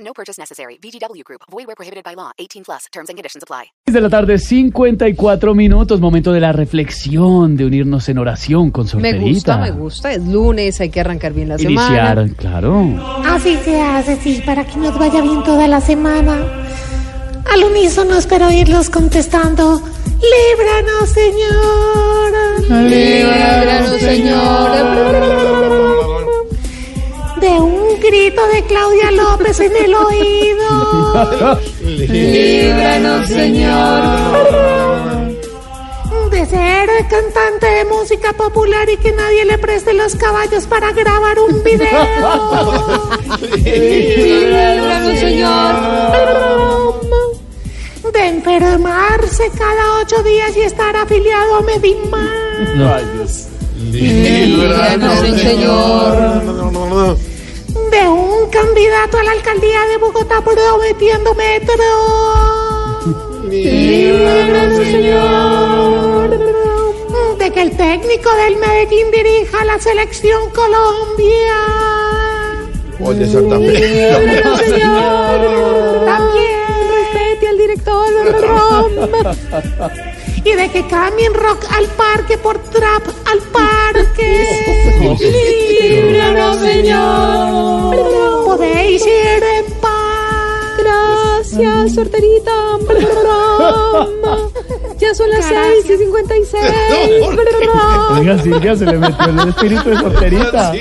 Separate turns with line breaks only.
No purchase necessary. VGW Group. Void where prohibited by law. 18 plus. Terms and conditions apply.
6 de la tarde, 54 minutos, momento de la reflexión, de unirnos en oración con
Me
Sorterita.
gusta, me gusta. Es lunes, hay que arrancar bien la
Iniciar,
semana.
claro.
Así se hace, sí, para que nos vaya bien toda la semana. Al unísono espero irlos contestando. ¡Líbranos, Señor!
Líbranos, Señor.
De un grito de Claudia López en el oído.
Líbranos, Señor.
De ser cantante de música popular y que nadie le preste los caballos para grabar un video.
Líbranos, Señor.
De enfermarse cada ocho días y estar afiliado a Medimar.
Líbranos, Señor.
de un candidato a la alcaldía de Bogotá prometiendo metro. De que el técnico del Medellín dirija la selección Colombia.
Oye, Santa Fe.
También respete al director Rom. Y de que cambien rock al parque por trap al parque. Líbranos, Señor. Podéis ir en paz.
Gracias, sorterita. Ya son las
Gracias.
6 y 56.
Oiga, Silvia, se le metió el espíritu de Sorterita.